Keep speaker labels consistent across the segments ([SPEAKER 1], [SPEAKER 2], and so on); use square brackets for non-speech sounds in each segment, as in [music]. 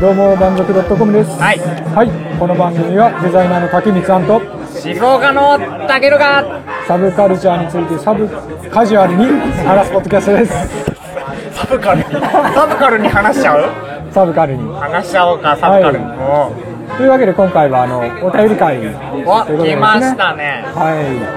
[SPEAKER 1] どうも満足ドットコムです。
[SPEAKER 2] はい
[SPEAKER 1] はいこの番組はデザイナーの竹光さんと
[SPEAKER 2] 静岡のタケルが
[SPEAKER 1] サブカルチャーについてサブカジュアルに話すポッドキャストです。
[SPEAKER 2] サブカルにサブカルに話しちゃう
[SPEAKER 1] サブカルに。
[SPEAKER 2] 話しちゃおうかサブカルに、
[SPEAKER 1] というわけで今回はあのお便り会という
[SPEAKER 2] お
[SPEAKER 1] ことで
[SPEAKER 2] 来
[SPEAKER 1] ですね。
[SPEAKER 2] ましたね
[SPEAKER 1] は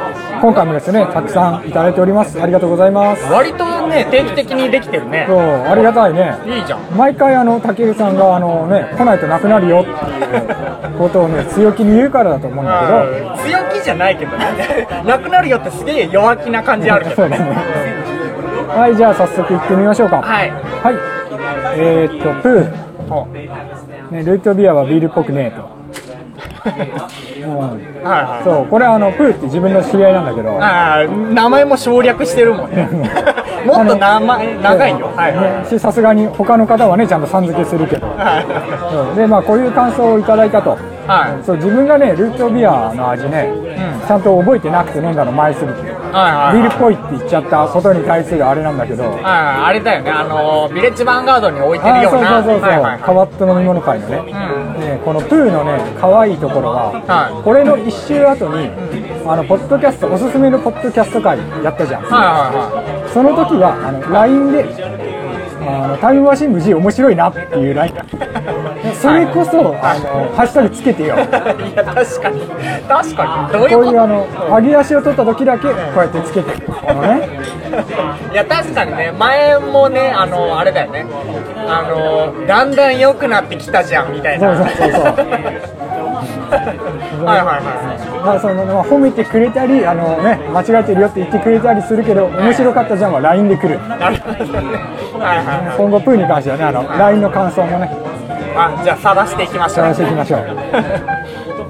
[SPEAKER 1] い。今回もですねたくさんいただいております。ありがとうございます。
[SPEAKER 2] 割とね定期的にできてるね
[SPEAKER 1] そうありがたいね。
[SPEAKER 2] いいじゃん
[SPEAKER 1] 毎回あの竹内さんがあのね来ないとなくなるよっていうことをね強気に言うからだと思うんだけど。
[SPEAKER 2] 強気じゃないけど [laughs] ねなくなるよってすげえ弱気な感じあるけ
[SPEAKER 1] そ
[SPEAKER 2] ど
[SPEAKER 1] うだね
[SPEAKER 2] ね。
[SPEAKER 1] はい、じゃあ早速行ってみましょうか。は。
[SPEAKER 2] はいい
[SPEAKER 1] えー、っと、プー。
[SPEAKER 2] お
[SPEAKER 1] ね、ルートビアはビールっぽくねえと。うん、
[SPEAKER 2] はいはい
[SPEAKER 1] そう、これあの、プーって自分の知り合いなんだけど。
[SPEAKER 2] あー名前も省略してるも [laughs] んねもっと名前長いよはいはい
[SPEAKER 1] ねしさすがに他の方はねちゃんとさん付けするけど、
[SPEAKER 2] は
[SPEAKER 1] うんでまあこういう感想をいただいたと、
[SPEAKER 2] いはい
[SPEAKER 1] そう自分がねルートビアの味ね、ちゃんと覚えてなくて飲んだの前すぎて、
[SPEAKER 2] はいはい
[SPEAKER 1] ビールっぽいって言っちゃったことに対するあれなんだけど、
[SPEAKER 2] あーあれだよねあのービレッジヴァンガードに置いてる
[SPEAKER 1] あ
[SPEAKER 2] よ
[SPEAKER 1] そうう
[SPEAKER 2] な
[SPEAKER 1] そうそうそう、
[SPEAKER 2] はいはいはい
[SPEAKER 1] 変わった飲み物会のね,、
[SPEAKER 2] ん
[SPEAKER 1] ねこのプーのね可愛いところは、
[SPEAKER 2] はい
[SPEAKER 1] これの1周後に、あのポッドキャストおすすめのポッドキャスト会やったじゃん、
[SPEAKER 2] はいはいはい
[SPEAKER 1] その時はあの LINE であのタイムマシン無事面白いなっていう
[SPEAKER 2] [laughs]
[SPEAKER 1] LINE それこそ、あのハッシュタグつけてよ
[SPEAKER 2] いや確かに確かにどういう
[SPEAKER 1] こう
[SPEAKER 2] こ
[SPEAKER 1] いうあの揚げ足を取った時だけこうやってつけてこのね
[SPEAKER 2] [laughs] といや確かにね前もねあのあれだよねあのだんだん良くなってきたじゃんみたいな
[SPEAKER 1] そうそうそうそう
[SPEAKER 2] [laughs] はいはいは
[SPEAKER 1] まあそのまあ、褒めてくれたりあの、ね、間違えてるよって言ってくれたりするけど面白かったじゃんは LINE で来る
[SPEAKER 2] いなるほどねはいはいはい
[SPEAKER 1] 今後プーに関してはねあの LINE の感想もね
[SPEAKER 2] あじゃあ探していきましょ
[SPEAKER 1] 探
[SPEAKER 2] う
[SPEAKER 1] していきましょう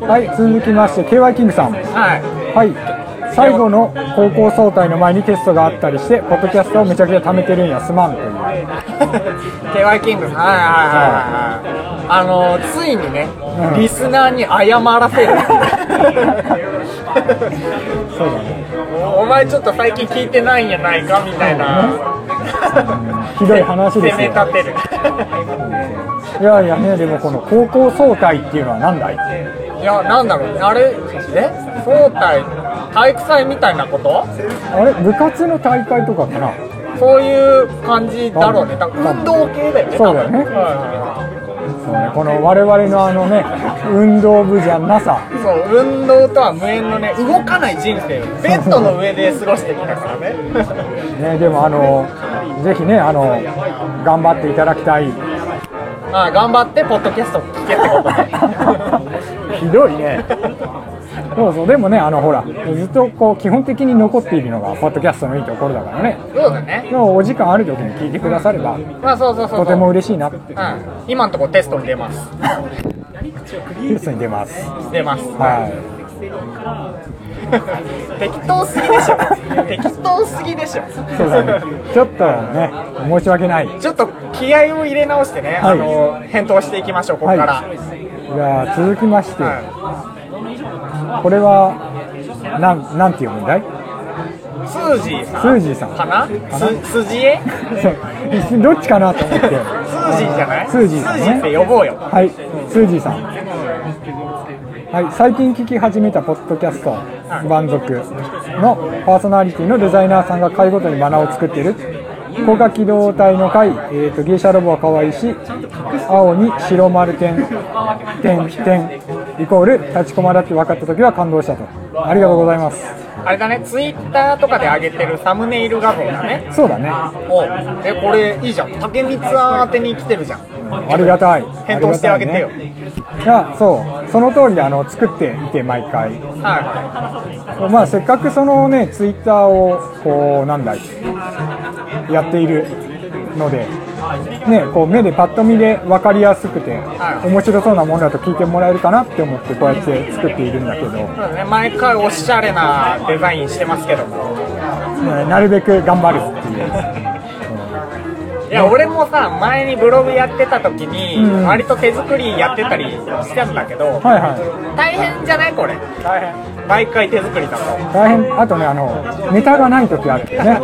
[SPEAKER 1] はい続きまして k y キングさん
[SPEAKER 2] はい
[SPEAKER 1] はい最後の高校総体の前にテストがあったりしてポッドキャストをめちゃくちゃ貯めてるんやすまんという
[SPEAKER 2] k y キングさんはいはいはいはいあのついにね、
[SPEAKER 1] うん
[SPEAKER 2] リスナーに謝らせる [laughs]
[SPEAKER 1] そうだね
[SPEAKER 2] お前ちょっと最近聞いてないんやないかみたいな
[SPEAKER 1] ひどい話です
[SPEAKER 2] 責め
[SPEAKER 1] よ
[SPEAKER 2] 立てる
[SPEAKER 1] いやいやねでもこの高校総体っていうのは何だい
[SPEAKER 2] いや、なんだろうね、あれ、え、総体、体育祭みたいなこと。
[SPEAKER 1] あれ部活の大会とかかな
[SPEAKER 2] そういう感じだろうね、だから運動系だよね。
[SPEAKER 1] そうだよね
[SPEAKER 2] 多分は
[SPEAKER 1] そうねこの我々のあのね運動部じゃなさ
[SPEAKER 2] いはいそう、運動とは無縁のね、動かない人生を、ベッドの上で過ごしてきたからね。 [laughs]
[SPEAKER 1] ね、でもあのぜひねあの頑張っていただきたい [laughs]
[SPEAKER 2] まあ、頑張ってポッドキャストを聞けってこと
[SPEAKER 1] [laughs]
[SPEAKER 2] ね。
[SPEAKER 1] ひどいねそうそうでもねあのほらずっとこう基本的に残っているのがポッドキャストのいいところだからね
[SPEAKER 2] そうだね。
[SPEAKER 1] でもお時間ある時に聞いてくだされば
[SPEAKER 2] まあ、そうそうそうそう。
[SPEAKER 1] とても嬉しいなって
[SPEAKER 2] うん、今のところテストに出ます。
[SPEAKER 1] ニュースに出ます
[SPEAKER 2] 出ます。
[SPEAKER 1] は
[SPEAKER 2] 適当すぎでしょ。
[SPEAKER 1] [laughs]
[SPEAKER 2] 適当すぎでしょ。
[SPEAKER 1] いそうだねちょっとね申し訳ない
[SPEAKER 2] ちょっと気合を入れ直してね、
[SPEAKER 1] はい
[SPEAKER 2] あの返答していきましょう、ここ
[SPEAKER 1] はい
[SPEAKER 2] から。
[SPEAKER 1] じゃあ続きましてこれはなんなんて読むんだい
[SPEAKER 2] スージーさん
[SPEAKER 1] スージーさん
[SPEAKER 2] かなすスジエ
[SPEAKER 1] そうどっちかなと思って
[SPEAKER 2] スージーじゃない
[SPEAKER 1] スージーさんね
[SPEAKER 2] って呼ぼうよ。
[SPEAKER 1] はい、スージーさん。はい、最近聞き始めたポッドキャスト、満足のパーソナリティのデザイナーさんが回ごとにマナーを作ってる。高架機動隊の回、えー、と芸者ロボは可愛いし青に白丸点点点イコール立ちこまだって分かった時は感動したとありがとうございます
[SPEAKER 2] あれだね、ツイッターとかで上げてるサムネイル画像だね。
[SPEAKER 1] そうだねあ
[SPEAKER 2] おえ、これいいじゃん。竹光さん宛てに来てるじゃん。
[SPEAKER 1] りがたい
[SPEAKER 2] 返答してあげてよ
[SPEAKER 1] りがたいねいやそうその通りであの作っていて毎回
[SPEAKER 2] は
[SPEAKER 1] まあせっかくそのねツイッターをこうなんだいやっているので、ね、こう目でパッと見で分かりやすくて
[SPEAKER 2] はい
[SPEAKER 1] 面白そうなものだと聞いてもらえるかなって思ってこうやって作っているんだけど、ね
[SPEAKER 2] い。そうだね、毎回おしゃれなデザインしてますけども。
[SPEAKER 1] なるべく頑張るっていう。うん
[SPEAKER 2] いや俺もさ前にブログやってた時に
[SPEAKER 1] うん
[SPEAKER 2] 割と手作りやってたりしてたんだけど、
[SPEAKER 1] はいは
[SPEAKER 2] 大変じゃないこれ大変毎回手作りだと
[SPEAKER 1] い大変あとねあのネタがない時あるんだよね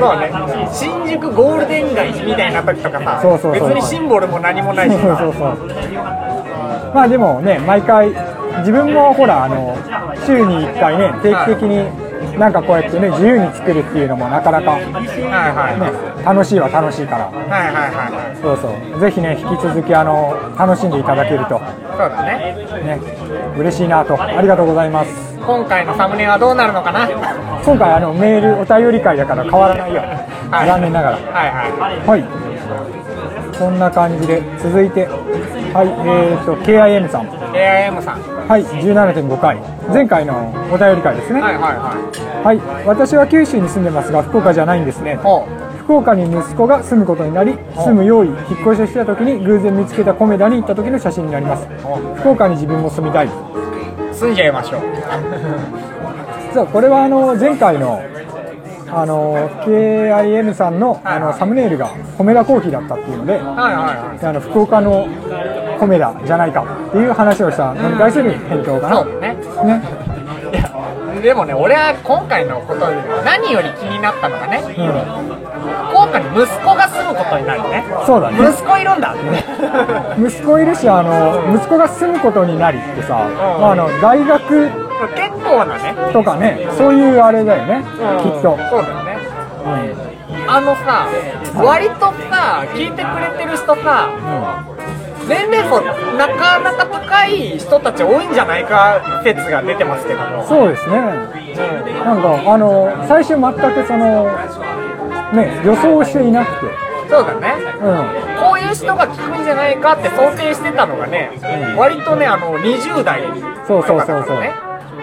[SPEAKER 2] そうね新宿ゴールデン街みたいな時とかさ
[SPEAKER 1] そうそうそう
[SPEAKER 2] 別にシンボルも何もないし
[SPEAKER 1] そう
[SPEAKER 2] さ
[SPEAKER 1] そうそうまあでもね毎回自分もほらあの週に1回ね定期的になんかこうやってね自由に作るっていうのもなかなか、ね、
[SPEAKER 2] はいはいはい
[SPEAKER 1] 楽しいは楽しいから
[SPEAKER 2] はいはいはいはい
[SPEAKER 1] そうそうぜひね引き続きあの楽しんでいただけると
[SPEAKER 2] そうだね
[SPEAKER 1] ね嬉しいなとありがとうございます
[SPEAKER 2] 今回のサムネはどうなるのかな
[SPEAKER 1] 今回あのメールお便り会だから変わらないよ残念ながら
[SPEAKER 2] はいはい
[SPEAKER 1] はいこんな感じで続いてはいえー、と KIM さん
[SPEAKER 2] AIM さんは
[SPEAKER 1] はい、17.5回、前回のお便り会ですね、
[SPEAKER 2] いは
[SPEAKER 1] はいい
[SPEAKER 2] はい
[SPEAKER 1] 私は九州に住んでますが、福岡じゃないんですね、
[SPEAKER 2] おう
[SPEAKER 1] 福岡に息子が住むことになり、住む用意、引っ越しをしてた時に偶然見つけたコメダに行った時の写真になります、福岡に自分も住みたい、
[SPEAKER 2] 住んじゃいましょう
[SPEAKER 1] そうこれはあの前回のあの KIM さんのあのサムネイルがコメダコーヒーだったっていうので、
[SPEAKER 2] はいはいはい
[SPEAKER 1] あの福岡のコメダじゃないかっていう話をしたのに対する返答かな。
[SPEAKER 2] そうね
[SPEAKER 1] ね
[SPEAKER 2] いやでもね俺は今回のことより何より気になったのがね、
[SPEAKER 1] うん
[SPEAKER 2] 福岡に息子が住むことになるね
[SPEAKER 1] そうだね
[SPEAKER 2] 息子いるんだってね [laughs]
[SPEAKER 1] 息子いるしあの息子が住むことになりってさ、まあ、あの大学
[SPEAKER 2] 結構なね、
[SPEAKER 1] とかねそういうあれだよね、きっと、
[SPEAKER 2] そうだよね
[SPEAKER 1] うん
[SPEAKER 2] あのさ割とさ聞いてくれてる人さ年齢層なかなか高い人たち多いんじゃないか説が出てますけども
[SPEAKER 1] そうですねなんかあの最初全くそのね予想していなくて
[SPEAKER 2] そうだね
[SPEAKER 1] うん
[SPEAKER 2] こういう人が聞くんじゃないかって想定してたのがね、
[SPEAKER 1] うん
[SPEAKER 2] 割とねあの20代
[SPEAKER 1] そうそうそう
[SPEAKER 2] と
[SPEAKER 1] そう
[SPEAKER 2] かだ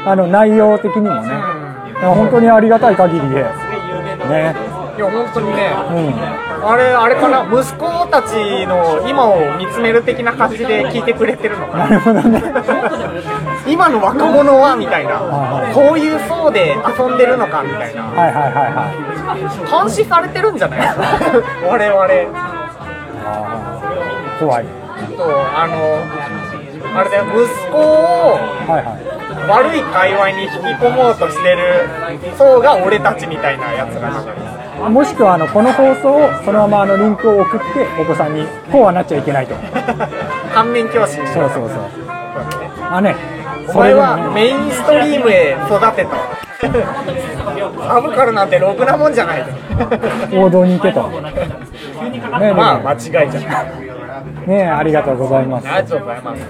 [SPEAKER 2] か
[SPEAKER 1] あの内容的にもね
[SPEAKER 2] らねうん
[SPEAKER 1] 本当にありがたい限りでね
[SPEAKER 2] いや本当にね、
[SPEAKER 1] うん
[SPEAKER 2] あれあれかな息子たちの今を見つめる的な感じで聞いてくれてるのか
[SPEAKER 1] な
[SPEAKER 2] な
[SPEAKER 1] るほどね
[SPEAKER 2] [laughs] 今の若者はみたい
[SPEAKER 1] はいは
[SPEAKER 2] ないこういう層で遊んでるのかみたいな
[SPEAKER 1] はいはいはいはい
[SPEAKER 2] 監視されてるんじゃない [laughs] 我々
[SPEAKER 1] あー怖い
[SPEAKER 2] ちょっとあのあれだよ息子
[SPEAKER 1] は
[SPEAKER 2] を
[SPEAKER 1] いはい
[SPEAKER 2] 悪い界隈に引き込もうとしてる層が俺たちみたいなやつらなんだよ
[SPEAKER 1] もしくはあのこの放送をそのままあのリンクを送ってお子さんにこうはなっちゃいけないと
[SPEAKER 2] [laughs] 反面教師
[SPEAKER 1] そうそうそうあね
[SPEAKER 2] お
[SPEAKER 1] それ
[SPEAKER 2] 前
[SPEAKER 1] で
[SPEAKER 2] は
[SPEAKER 1] もね
[SPEAKER 2] メインストリームへ育てとサブカルなんてろくなもんじゃないと
[SPEAKER 1] 王道に行けとねでも
[SPEAKER 2] まあ間違いじゃない
[SPEAKER 1] ねありがとうございます
[SPEAKER 2] ありがとうございます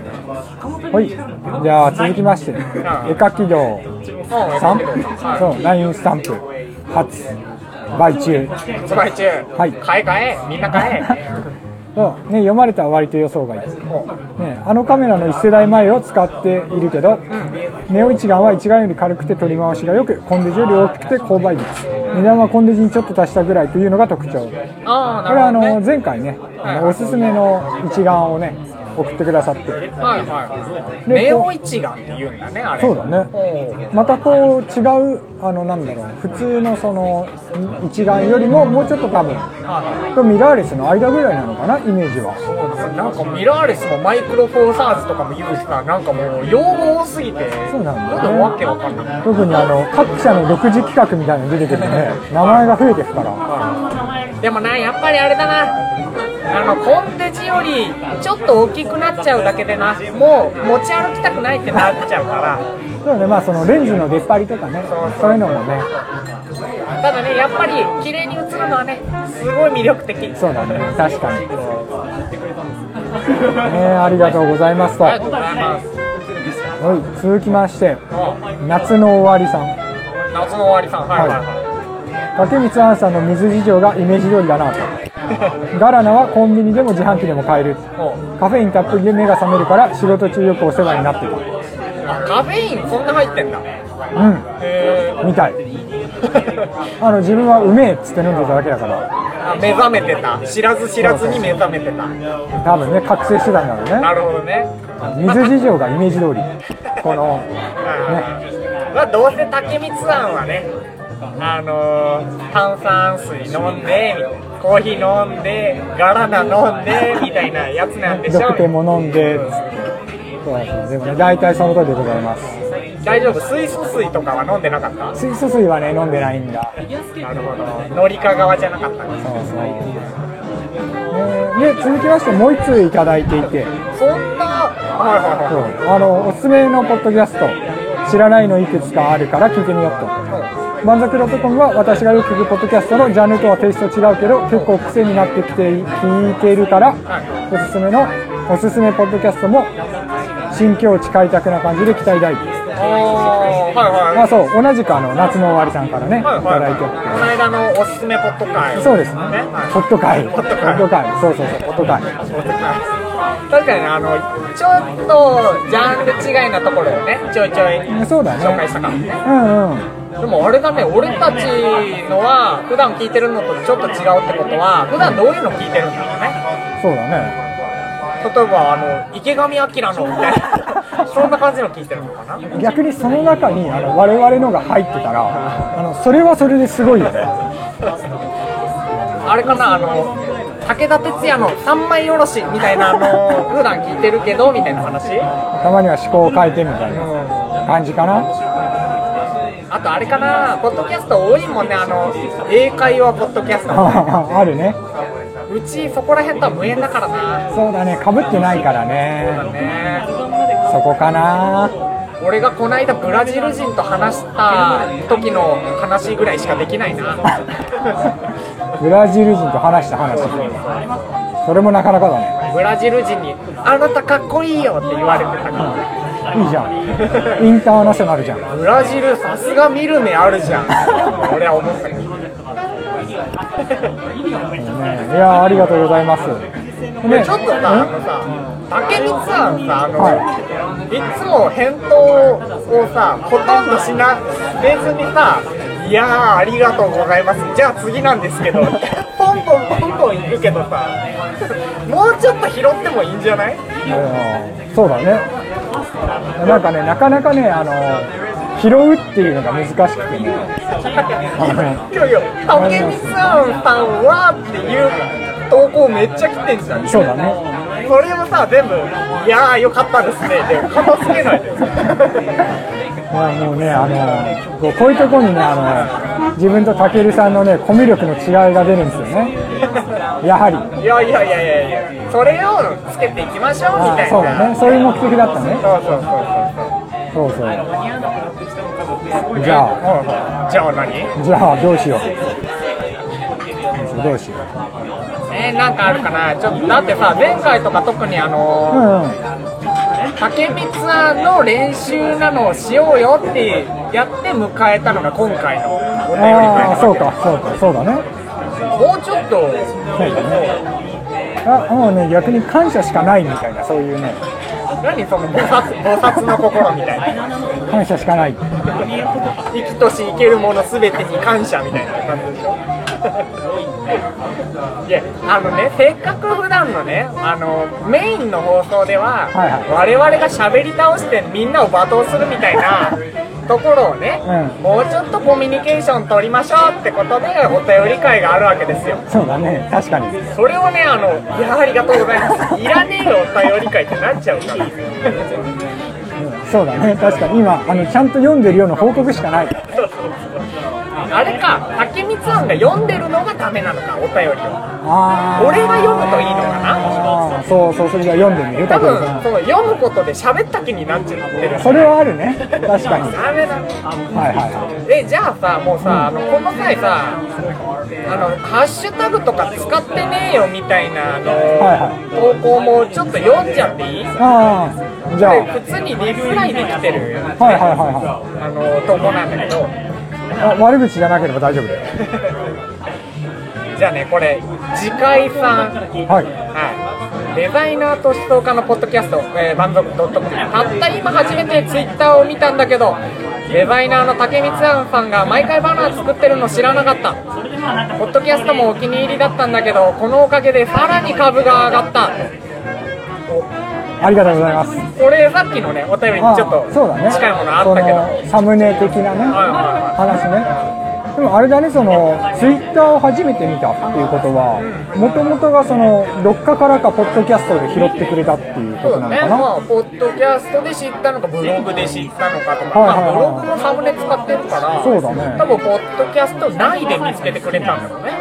[SPEAKER 1] はいじゃあ続きまして絵描き道さん
[SPEAKER 2] も
[SPEAKER 1] そう LINE スタンプ初売中
[SPEAKER 2] う発売中、
[SPEAKER 1] はい
[SPEAKER 2] 買え買えみんな買え
[SPEAKER 1] そうね読まれたら割と予想がいいね、あのカメラの1世代前を使っているけど、ネオ一眼は一眼より軽くて取り回しが良くコンデジより大きくて購買率値段はコンデジにちょっと足したぐらいというのが特徴これ
[SPEAKER 2] ああ
[SPEAKER 1] はあ
[SPEAKER 2] なる
[SPEAKER 1] の
[SPEAKER 2] ほどね
[SPEAKER 1] 前回ねあのおすすめの一眼をね送ってくださって
[SPEAKER 2] はいはい
[SPEAKER 1] で
[SPEAKER 2] ネオ一眼って言うんだねあれ
[SPEAKER 1] そうだね
[SPEAKER 2] おう
[SPEAKER 1] またこう違うあのなんだろう普通のその一眼よりももうちょっと多分とミラーレスの間ぐらいなのかなイメージは
[SPEAKER 2] そうだねなんかミラーレスもマイクロフォーサーズとかも言うしさなんかもう用語多すぎて
[SPEAKER 1] そうなんだね
[SPEAKER 2] どんどんわけわかんない
[SPEAKER 1] 特にあの各社の独自企画みたいなの出てくるんでね名前が増えてくから
[SPEAKER 2] でもなやっぱりあれだなあのコンデジよりちょっと大きくなっちゃうだけでなもう持ち歩きたくないってなっちゃうから
[SPEAKER 1] そうね、まあそのレンズの出っ張りとかね、そういうのもね、
[SPEAKER 2] ただねやっぱり綺麗に映るのはねすごい魅力的
[SPEAKER 1] そうだね、確かに。ねありがとうございますと。
[SPEAKER 2] あ
[SPEAKER 1] は
[SPEAKER 2] りがとうございます
[SPEAKER 1] い、続きまして、
[SPEAKER 2] あ
[SPEAKER 1] 夏の終わりさん。
[SPEAKER 2] 夏の終わりさんはいはいは
[SPEAKER 1] 竹光杏さんの水事情がイメージ通りだなと。ガラナはコンビニでも自販機でも買える。
[SPEAKER 2] いも
[SPEAKER 1] カフェインたっぷりで目が覚めるから仕事中よくお世話になって
[SPEAKER 2] うあカフェインそんな入ってんだへ
[SPEAKER 1] た。
[SPEAKER 2] え
[SPEAKER 1] うん、みたい。あの、自分はうめえっつって飲んでただけだから、
[SPEAKER 2] あ目覚めてた知らず知らずに目覚めてた
[SPEAKER 1] 多分ね、覚醒してたんだろうね。
[SPEAKER 2] なるほどね
[SPEAKER 1] 水事情がイメージ通りこの
[SPEAKER 2] まあどうせ竹光庵はねあのー炭酸水飲んでみたいなコーヒー飲んでガラナ飲んでみたいなやつなんでしょ
[SPEAKER 1] くても飲んでそうですねでもね大体その通りでございます
[SPEAKER 2] 大丈夫水素水とかは飲んでなかった
[SPEAKER 1] 水素水はね飲んでないんだ
[SPEAKER 2] なるほど乗りか側じゃなかったんです
[SPEAKER 1] そうそうねで続きましてもう1通いただいていて
[SPEAKER 2] そんなはいはい
[SPEAKER 1] そう
[SPEAKER 2] は
[SPEAKER 1] あのおすすめのポッドキャスト知らないのいくつかあるから聞いてみようと満足ドットコムは私がよく聞くポッドキャストのジャンルとはテイスト違うけど結構癖になってきて聞いているからおすすめのおすすめポッドキャストも新境地開拓な感じで期待大です
[SPEAKER 2] いおーはい
[SPEAKER 1] ま
[SPEAKER 2] は
[SPEAKER 1] あそう同じくあの夏の終わりさんからねい
[SPEAKER 2] いはい
[SPEAKER 1] ただいてお
[SPEAKER 2] この間のおすすめポット会
[SPEAKER 1] そうですね
[SPEAKER 2] はい
[SPEAKER 1] ポッド会
[SPEAKER 2] ポッド会
[SPEAKER 1] ポッド会そうそうそうポッド会
[SPEAKER 2] 確かにあのちょっとジャンル違いなところをねちょいちょい
[SPEAKER 1] うんそうだ
[SPEAKER 2] 紹介
[SPEAKER 1] ね
[SPEAKER 2] したからね
[SPEAKER 1] うんうん
[SPEAKER 2] でもあれだね俺たちのは普段聞いてるのとちょっと違うってことは普段どういうの聞いてるんだろうね
[SPEAKER 1] そうだね
[SPEAKER 2] 例えばあの池上彰のみたいな [laughs] そんな感じの聞いてるのかな
[SPEAKER 1] 逆にその中にあの我々のが入ってたらあのそれはそれですごいよね
[SPEAKER 2] あれかなあの武田鉄矢の三枚おろしみたいなあの普段聞いてるけどみたいな話
[SPEAKER 1] たまには思考を変えてみたいな感じかな [laughs]
[SPEAKER 2] あとあれかなポッドキャスト多いもんねあの英会話ポッドキャスト
[SPEAKER 1] ああるね
[SPEAKER 2] うちそこら辺とは無縁だからな
[SPEAKER 1] そうだねかぶってないからね
[SPEAKER 2] ね
[SPEAKER 1] そこかな
[SPEAKER 2] 俺がこの間ブラジル人と話した時の話ぐらいしかできないな
[SPEAKER 1] ブラジル人と話した話それもなかなかだね
[SPEAKER 2] ブラジル人に「あなたかっこいいよ」って言われてたか
[SPEAKER 1] いいじゃんインターナショナルじゃん
[SPEAKER 2] らブラジルさすが見る目あるじゃん俺は思ったけど
[SPEAKER 1] ねいやーありがとうございますね
[SPEAKER 2] ちょっとさあのさ竹光さんさあの、、
[SPEAKER 1] はい
[SPEAKER 2] つも返答をさほとんどしなせずにさ「いやーありがとうございますじゃあ次なんですけど」 [laughs] ポンポンポンポンいくけどさもうちょっと拾ってもいいんじゃない
[SPEAKER 1] うんそうだねなんかねなかなかねあの拾うっていうのが難しくてね
[SPEAKER 2] いやいや、竹光さんさんはっていう投稿めっちゃ来てんじゃん。
[SPEAKER 1] そうだね
[SPEAKER 2] それをさ、全部、いやーよかったですね。で、片付けないで。
[SPEAKER 1] まあもうねあのこうこういうとこにねあの自分とたけるさんのねコミュ力の違いが出るんですよねやはり
[SPEAKER 2] いやいやいやいやいや、それをつけていきましょうみ
[SPEAKER 1] あ
[SPEAKER 2] たいな。
[SPEAKER 1] そうだねそういう目的だったね
[SPEAKER 2] そうそうそうそう
[SPEAKER 1] そうそうじゃ
[SPEAKER 2] そう。じゃあ何
[SPEAKER 1] あじゃあどうしようどうしよう
[SPEAKER 2] えー、なんかあるかなちょっとだってさ前回とか特にあ
[SPEAKER 1] うん
[SPEAKER 2] の
[SPEAKER 1] うん
[SPEAKER 2] 竹光さんの練習なのをしようよってやって迎えたのが今回のお便り会
[SPEAKER 1] あ
[SPEAKER 2] な
[SPEAKER 1] あそう
[SPEAKER 2] わけ
[SPEAKER 1] かそうかそうだね
[SPEAKER 2] もうちょっと
[SPEAKER 1] そうだねあもうね逆に感謝しかないみたいなそういうね
[SPEAKER 2] 何その菩薩菩薩の心みたいな
[SPEAKER 1] 感謝しかない
[SPEAKER 2] 生きとし生けるもの全てに感謝みたいな感じでしょ [laughs] いやあのねせっかく普段のねあのメインの放送では、
[SPEAKER 1] はいはい
[SPEAKER 2] 我々が喋り倒してみんなを罵倒するみたいなところをね、
[SPEAKER 1] う
[SPEAKER 2] もうちょっとコミュニケーション取りましょうってことでお便り会があるわけですよ
[SPEAKER 1] そうだね確かに
[SPEAKER 2] それをねあの「いやありがとうございますいらねえよお便り会」ってなっちゃうから
[SPEAKER 1] そうだね確かに今あのちゃんと読んでるような報告しかない
[SPEAKER 2] あれか、竹光さんが読んでるのがダメなのか、お便りを。
[SPEAKER 1] あー
[SPEAKER 2] 俺が読むといいのかな
[SPEAKER 1] あーそうそうそれじゃあ読んでみる
[SPEAKER 2] 多
[SPEAKER 1] たけ
[SPEAKER 2] 分
[SPEAKER 1] るさん
[SPEAKER 2] そう読むことで喋った気になっちゃってる。
[SPEAKER 1] それはあるね確かには
[SPEAKER 2] ダメだね。
[SPEAKER 1] いはいはい
[SPEAKER 2] え、じゃあさ、もうさ、あのこの際さ、あの、ハッシュタグとか使ってねえよみたいな、あの、
[SPEAKER 1] は
[SPEAKER 2] 投稿もちょっと読んじゃっていい
[SPEAKER 1] ああじゃあ
[SPEAKER 2] で普通にリプライできてる、
[SPEAKER 1] はいはいはいは
[SPEAKER 2] あの、投稿なんだけど、
[SPEAKER 1] いあ悪口じゃなければ大丈夫だよ
[SPEAKER 2] じゃあね、これ、次回さん。
[SPEAKER 1] はい
[SPEAKER 2] はい、デザイナーと思想家のポッドキャスト、えー、満足 .com たった今初めてツイッターを見たんだけどデザイナーの竹光庵さんが毎回バナー作ってるの知らなかったポッドキャストもお気に入りだったんだけどこのおかげでさらに株が上がった
[SPEAKER 1] ありがとうございます
[SPEAKER 2] これさっきのねお便りにちょっ
[SPEAKER 1] あーそうだね
[SPEAKER 2] と近いものあったけど、
[SPEAKER 1] そのサムネ的なね
[SPEAKER 2] はいはい
[SPEAKER 1] 話ねでもあれだねそのツイッターを初めて見たっていうことはもともとがそのどっかからかポッドキャストで拾ってくれたっていうこ
[SPEAKER 2] そう
[SPEAKER 1] と
[SPEAKER 2] だ
[SPEAKER 1] なの
[SPEAKER 2] ね、
[SPEAKER 1] かな
[SPEAKER 2] まあ、ポッドキャストで知ったのか、ブログで知ったのかとか、
[SPEAKER 1] はいはいはい
[SPEAKER 2] まあ、ブログもサムネ使ってるから、
[SPEAKER 1] そうだね
[SPEAKER 2] 多分、ポッドキャスト内で見つけてくれたんだろうね。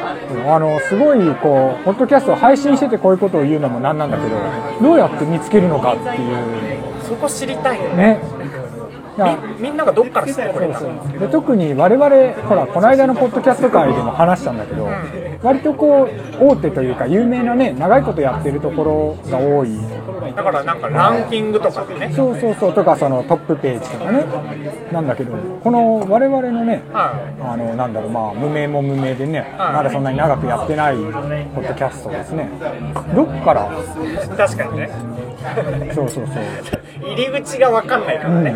[SPEAKER 1] あのすごいこうポッドキャストを配信しててこういうことを言うのもなんなんだけどどうやって見つけるのかっていう
[SPEAKER 2] そこ知りたいよね。
[SPEAKER 1] ねいや
[SPEAKER 2] みみんながどっから知ってくれた
[SPEAKER 1] そ
[SPEAKER 2] の
[SPEAKER 1] うで特に我々ほらこの間のポッドキャスト会でも話したんだけど割とこう大手というか有名なね長いことやってるところが多い
[SPEAKER 2] だからなんかランキングとかでね、
[SPEAKER 1] そうそうそうとかそのトップページとかねなんだけどこの我々のね
[SPEAKER 2] は
[SPEAKER 1] あのなんだろうまあ無名も無名でね
[SPEAKER 2] はい
[SPEAKER 1] まだそんなに長くやってないポッドキャストですねどっから
[SPEAKER 2] い、確かにね、
[SPEAKER 1] そうそうそう
[SPEAKER 2] 入り口が分かんないからね、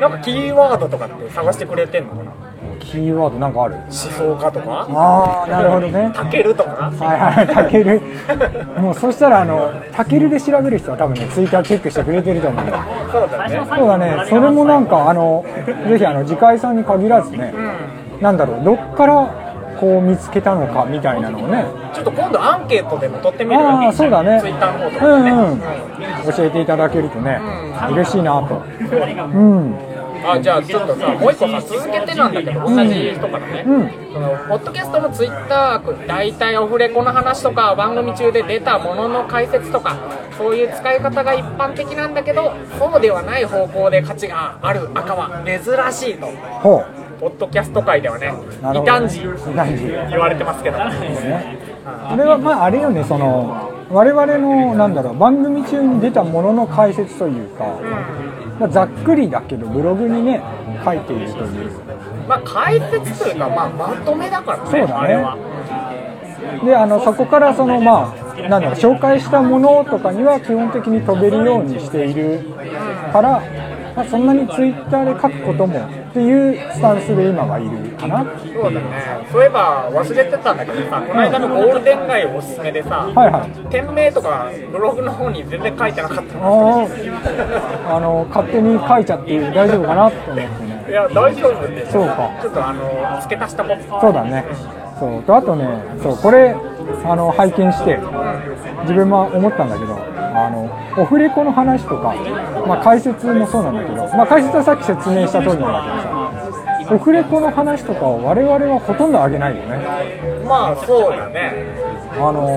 [SPEAKER 2] なんかキーワードとかって探してくれてんのかな、思
[SPEAKER 1] キーワードなんかある
[SPEAKER 2] 想家とか、
[SPEAKER 1] ああなるほどね
[SPEAKER 2] たけるとか、
[SPEAKER 1] はいはい、タケル。もうそしたら、あの、タケルで調べる人は多分ね、ツイッターチェックしてくれてると思うよ。
[SPEAKER 2] そうだね、
[SPEAKER 1] そうだね、それもなんか、あの、ぜひ、あの、次回さんに限らずね、なんだろう、どっから、こう見つけたのかみたいなのをね、
[SPEAKER 2] ちょっと今度、アンケートでも取ってみる
[SPEAKER 1] ああ、そうだね
[SPEAKER 2] ツイッターの方と、
[SPEAKER 1] う
[SPEAKER 2] かでね。
[SPEAKER 1] んうん、教えていただけるとね、嬉しいなと。うん、
[SPEAKER 2] あじゃあちょっとさもう一個さ続けてなんだけど同じ人からね、
[SPEAKER 1] うん
[SPEAKER 2] そのポッドキャストのツイッター大体オフレコの話とか番組中で出たものの解説とかそういう使い方が一般的なんだけどそうではない方向で価値がある赤は珍しいと
[SPEAKER 1] ほう。
[SPEAKER 2] ポッドキャスト界ではね
[SPEAKER 1] なる
[SPEAKER 2] 異
[SPEAKER 1] ほど
[SPEAKER 2] 端児
[SPEAKER 1] 異端児
[SPEAKER 2] 言われてますけど
[SPEAKER 1] ね。あれはまああれよねその我々のなんだろう番組中に出たものの解説というか、まあざっくりだけどブログにね書いているという
[SPEAKER 2] まあ解説というか、まあ、まとめだからね
[SPEAKER 1] そうだね
[SPEAKER 2] あれは
[SPEAKER 1] であのそこからそのまあなんだろう紹介したものとかには基本的に飛べるようにしているから、まあ、そんなにツイッターで書くこともっていうスタンスで今はいるかな
[SPEAKER 2] そうだねそういえば忘れてたんだけどさこの間のゴールデン街おすすめでさ、
[SPEAKER 1] はいはい
[SPEAKER 2] 店名とかブログの方に全然書いてなかったの
[SPEAKER 1] あーあの勝手に書いちゃって大丈夫かなと思ってね
[SPEAKER 2] いや大丈夫です
[SPEAKER 1] そうか
[SPEAKER 2] ちょっとあの付け足したもん
[SPEAKER 1] そうだね。そうとあとね、そうこれあの拝見して自分も思ったんだけど、あのオフレコの話とか、まあ解説もそうなんだけど、まあ解説はさっき説明した通りなんだけどさ、オフレコの話とかを我々はほとんど上げないよね。
[SPEAKER 2] まあそうだね
[SPEAKER 1] あの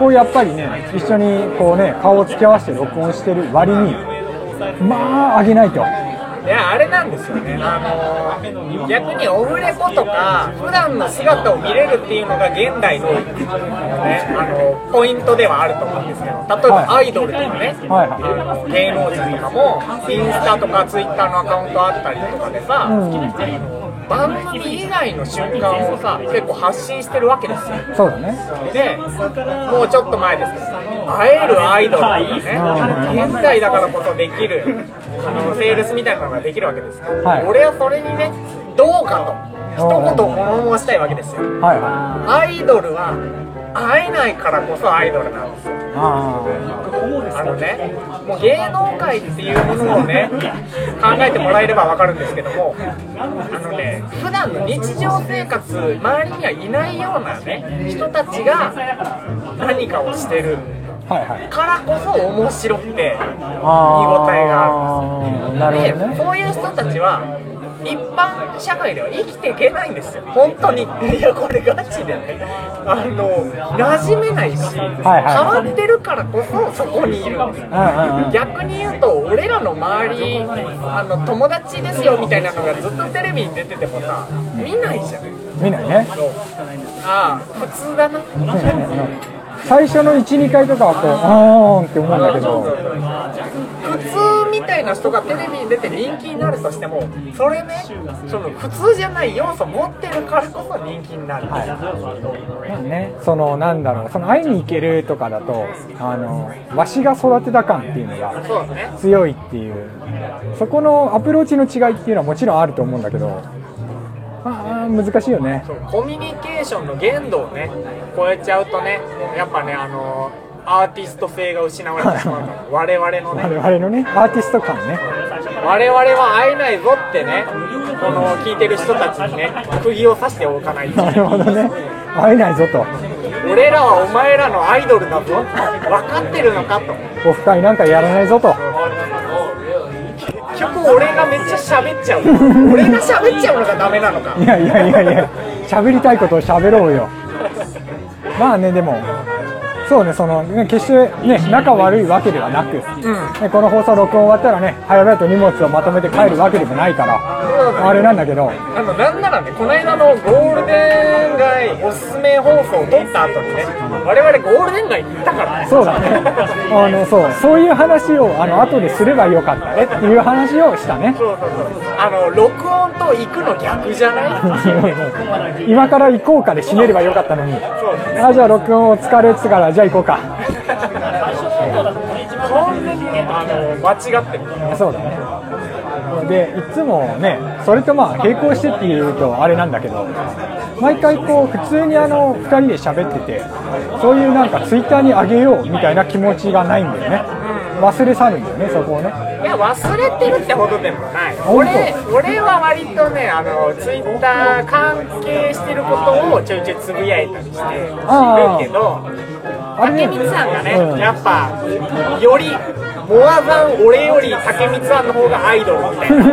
[SPEAKER 1] こうやっぱりね一緒にこうね顔を付き合わせて録音してる割に、まあ上げないと。
[SPEAKER 2] いやあれなんですよねあの逆にオフレコとか普段の姿を見れるっていうのが現代の,、ね、あのポイントではあると思うんですけど例えば
[SPEAKER 1] は
[SPEAKER 2] ア
[SPEAKER 1] い
[SPEAKER 2] イドルとかね、
[SPEAKER 1] はいはい
[SPEAKER 2] あの芸能人とかもインスタとかツイッターのアカウントあったりとかでさ、番組以外の瞬間をさ結構発信してるわけですよ
[SPEAKER 1] そうだね。
[SPEAKER 2] でもうちょっと前ですけど会えるアイドルとかね現代だからこそできるあのセールスみたいなのができるわけですよ、
[SPEAKER 1] はい
[SPEAKER 2] 俺はそれにねどうかと一言物申したいわけですよ
[SPEAKER 1] はいはい。
[SPEAKER 2] アイドルは会えないからこそアイドルなんですよ
[SPEAKER 1] あ
[SPEAKER 2] あのね、もう芸能界っていうものをね、考えてもらえればわかるんですけども、あのね、普段の日常生活、周りにはいないようなね、人たちが何かをしてる
[SPEAKER 1] あはいはい。
[SPEAKER 2] からこそ面白くて、
[SPEAKER 1] 見
[SPEAKER 2] 見応えがあ
[SPEAKER 1] なる
[SPEAKER 2] る
[SPEAKER 1] ほど
[SPEAKER 2] で、
[SPEAKER 1] ね。
[SPEAKER 2] そういう人たちは、一般社会では生きていけないんですよ、本当に。いや、これガチでね、あの、馴染めないし、変
[SPEAKER 1] はい
[SPEAKER 2] わってるからこそ、そこにいるんですよ。
[SPEAKER 1] うんうんうん
[SPEAKER 2] 逆に言うと俺らの周りあの友達ですよみたいなのがずっとテレビに出ててもさ見ないじゃん
[SPEAKER 1] 見ないね。
[SPEAKER 2] ああ普通だな
[SPEAKER 1] 最初の12回とかはこうあーんって思うんだけど
[SPEAKER 2] 普通みたいな人がテレビに出て人気になるとしてもそれねその普通じゃない要素持ってるからこそ人気になる、
[SPEAKER 1] ねそのなんだろうその会いに行けるとかだとあのわしが育てた感っていうのが
[SPEAKER 2] そうだね
[SPEAKER 1] 強いっていうそこのアプローチの違いっていうのはもちろんあると思うんだけどああ難しいよね
[SPEAKER 2] そうコミュニケーションの限度をね超えちゃうとねやっぱねあのアーティスト性が失われてしまうから我々の
[SPEAKER 1] 我
[SPEAKER 2] ね
[SPEAKER 1] 々のねアーティスト感ね
[SPEAKER 2] 我々は会えないぞってねこの聞いてる人たちにね釘を刺しておかないと
[SPEAKER 1] なるほどね会えないぞと
[SPEAKER 2] 俺らはお前らのアイドルだぞ分かってるのかと
[SPEAKER 1] オフ会なんかやらないぞと
[SPEAKER 2] 結局俺がめっちゃ喋っちゃう俺が喋っちゃうのがダメなのか
[SPEAKER 1] いやいやいやいや喋りたいことを喋ろうよまあねでもそうねそのね決してね仲悪いわけではなく、ねこの放送録音終わったらね早々と荷物をまとめて帰るわけでもないからあれなんだけど
[SPEAKER 2] あのなんならねこの間のゴールデン街おすすめ放送を撮った後にね我々ゴールデン街に行ったからね
[SPEAKER 1] そうだねあのそうそういう話をあの後ですればよかったねっていう話をしたね [laughs]
[SPEAKER 2] そうそうそうあの録音と行くの逆じゃない
[SPEAKER 1] 今から行こうかで締めればよかったのに
[SPEAKER 2] そうですね
[SPEAKER 1] あじゃあ録音お疲れっつうからじゃあ行こうか
[SPEAKER 2] 完全にねあの間違ってる
[SPEAKER 1] そうだねでいつもねそれとまあ並行してっていうとあれなんだけど毎回こう普通にあの2人で喋っててそういうなんかツイッターにあげようみたいな気持ちがないんだよね忘れ去るんだよねそこをね
[SPEAKER 2] いや忘れてるってほどでもない
[SPEAKER 1] 本
[SPEAKER 2] 俺俺は割とねあのツイッター関係してることをちょいちょいつぶやいたりしてる
[SPEAKER 1] あー
[SPEAKER 2] けど
[SPEAKER 1] あ
[SPEAKER 2] 竹
[SPEAKER 1] れ
[SPEAKER 2] 光さんがね、
[SPEAKER 1] うん
[SPEAKER 2] やっぱよりモアザン俺より竹光さんの方がアイドル
[SPEAKER 1] [laughs]
[SPEAKER 2] みたいな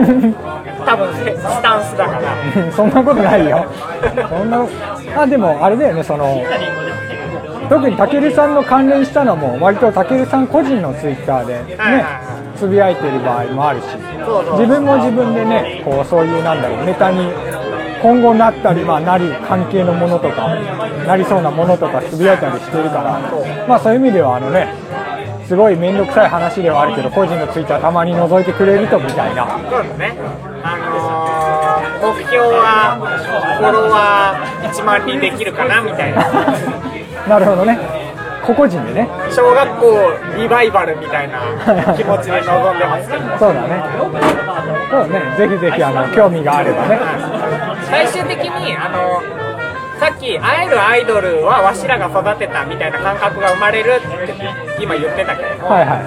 [SPEAKER 2] 多分ねスタンスだから
[SPEAKER 1] [laughs] そんなことないよ。そんな、あ、でも、あれだよね、その。特にたけるさんの関連したのも、割とたけるさん個人のツイッターで、
[SPEAKER 2] はいはい
[SPEAKER 1] ね。つぶやいてる場合もあるし
[SPEAKER 2] そうそう、
[SPEAKER 1] 自分も自分でね、こう、そういうなんだろう、ネタに。今後なったり、まあ、なり関係のものとか、なりそうなものとか、つぶやいたりしてるから。まあ、そういう意味では、あのね。すごい面倒くさい話ではあるけど個人のツイッターたまに覗いてくれるとみたいな
[SPEAKER 2] そうだねあのー、目標はフォロワー1万人できるかなみたいな
[SPEAKER 1] [laughs] なるほどね個々人でね
[SPEAKER 2] 小学校リバイバルみた
[SPEAKER 1] [laughs]
[SPEAKER 2] いな気持ちで臨んでます
[SPEAKER 1] そうだね。そうね。ぜひぜひあの興味があればね。
[SPEAKER 2] 最終的にあのさっき会えるアイドルはわしらが育てたみたいな感覚が生まれるって今言ってたけど
[SPEAKER 1] はいはい。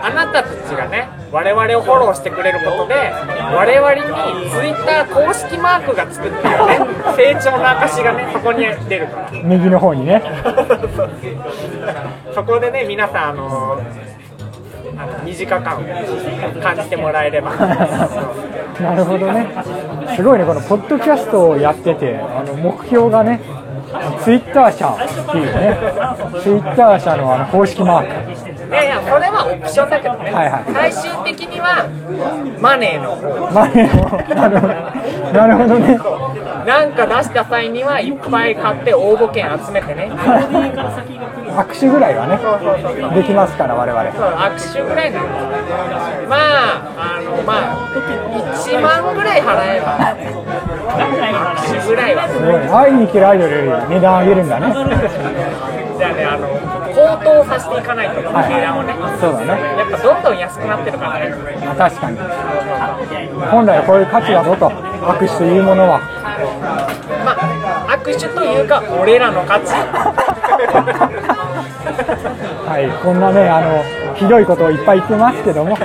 [SPEAKER 2] あなたたちがね我々をフォローしてくれることで我々に Twitter 公式マークがつくっていうね成長の証がねそこに出るから
[SPEAKER 1] 右の方にね。 [laughs]
[SPEAKER 2] そこでね皆さんあのあの2時間間を感じてもらえれば
[SPEAKER 1] なるほどね。すごいねこのポッドキャストをやっててあの目標がね。ツイッター社っていうね、ツイッター社のあの公式マーク、
[SPEAKER 2] いやいやそれはオプションだけどね、
[SPEAKER 1] はいはい
[SPEAKER 2] 最終的にはマネーの方
[SPEAKER 1] マネーなるほど [laughs] なるほどね、 [laughs]
[SPEAKER 2] なんか出した際にはいっぱい買って応募券集めてね
[SPEAKER 1] 握手ぐらいはね、できますから、我々
[SPEAKER 2] そう握手ぐらいなのまああのまあ1万ぐらい払えば握手ぐらいは
[SPEAKER 1] すごい、会いに来るアイドルより値段上げるんだね、
[SPEAKER 2] じゃあねあの高騰させていかないと値
[SPEAKER 1] はい
[SPEAKER 2] 段をね
[SPEAKER 1] そうだね
[SPEAKER 2] やっぱどんどん安くなってるからね
[SPEAKER 1] まあ確かに、本来はこういう価値だぞと、握手というものは。
[SPEAKER 2] まあ握手というか俺らの勝ち
[SPEAKER 1] はい、こんなね、あの、ひどいことをいっぱい言ってますけども、ね、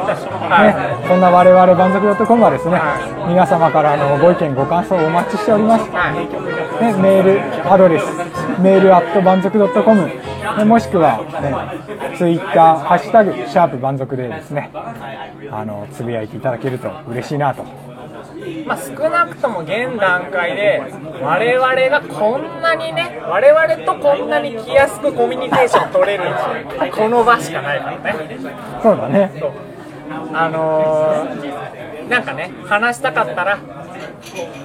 [SPEAKER 1] そんな我々万族 .com はですね、皆様からのご意見、ご感想をお待ちしております。ね、
[SPEAKER 2] はい
[SPEAKER 1] メールアドレス、メールアット万族 .com、ね、もしくは、ね、ツイッター、ハッシュタグ、シャープ万族でですね、あの、つぶやいていただけると嬉しいなと。
[SPEAKER 2] まあ、少なくとも現段階で我々がこんなにね我々とこんなに気安くコミュニケーション取れるこの場しかないからね
[SPEAKER 1] そうだね。
[SPEAKER 2] あのー、なんかね話したかったら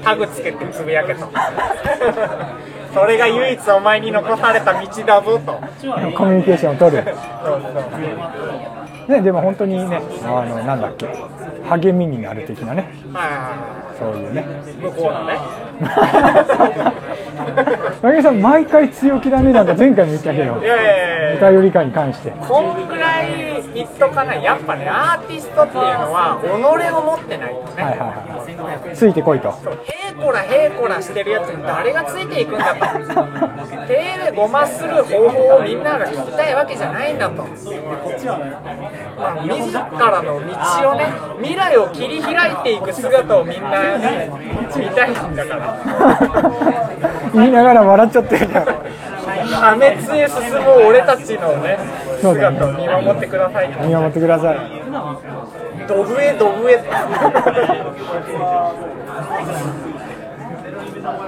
[SPEAKER 2] タグつけてつぶやけと [laughs] それが唯一お前に残された道だぞと
[SPEAKER 1] [laughs] コミュニケーションを取る。
[SPEAKER 2] そうそう
[SPEAKER 1] ね、でも本当にね、あの、なんだっけ、励みになる的なね、
[SPEAKER 2] まあ
[SPEAKER 1] [laughs] そういうね。
[SPEAKER 2] 向こうのね
[SPEAKER 1] ま影さん毎回強気だねなんか前回も言ったけど
[SPEAKER 2] いやいやいや
[SPEAKER 1] 歌よりかに関して
[SPEAKER 2] こんぐらい言っとかないやっぱねアーティストっていうのは己を持ってないとね、
[SPEAKER 1] はいはいはいついてこいと [laughs]
[SPEAKER 2] へいこらへいこらしてるやつに誰がついていくんだと手でごまする方法をみんなが聞きたいわけじゃないんだと、まあ、自らの道をね未来を切り開いていく姿をみんなね見たいんだから
[SPEAKER 1] 言いながら笑っちゃってるから
[SPEAKER 2] 破滅へ進む俺たちのね
[SPEAKER 1] そうだね
[SPEAKER 2] 姿を見守ってくださいと
[SPEAKER 1] 見守ってください
[SPEAKER 2] ドブエドブエ [laughs]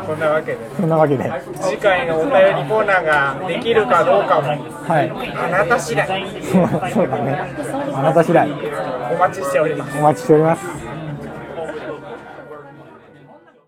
[SPEAKER 2] こんなわけで
[SPEAKER 1] そんなわけで
[SPEAKER 2] 次回のお便りコーナーができるかどうかも
[SPEAKER 1] はい [laughs]
[SPEAKER 2] あなた次第
[SPEAKER 1] そうそうだねあなた次第
[SPEAKER 2] お待ちしております
[SPEAKER 1] お待ちしております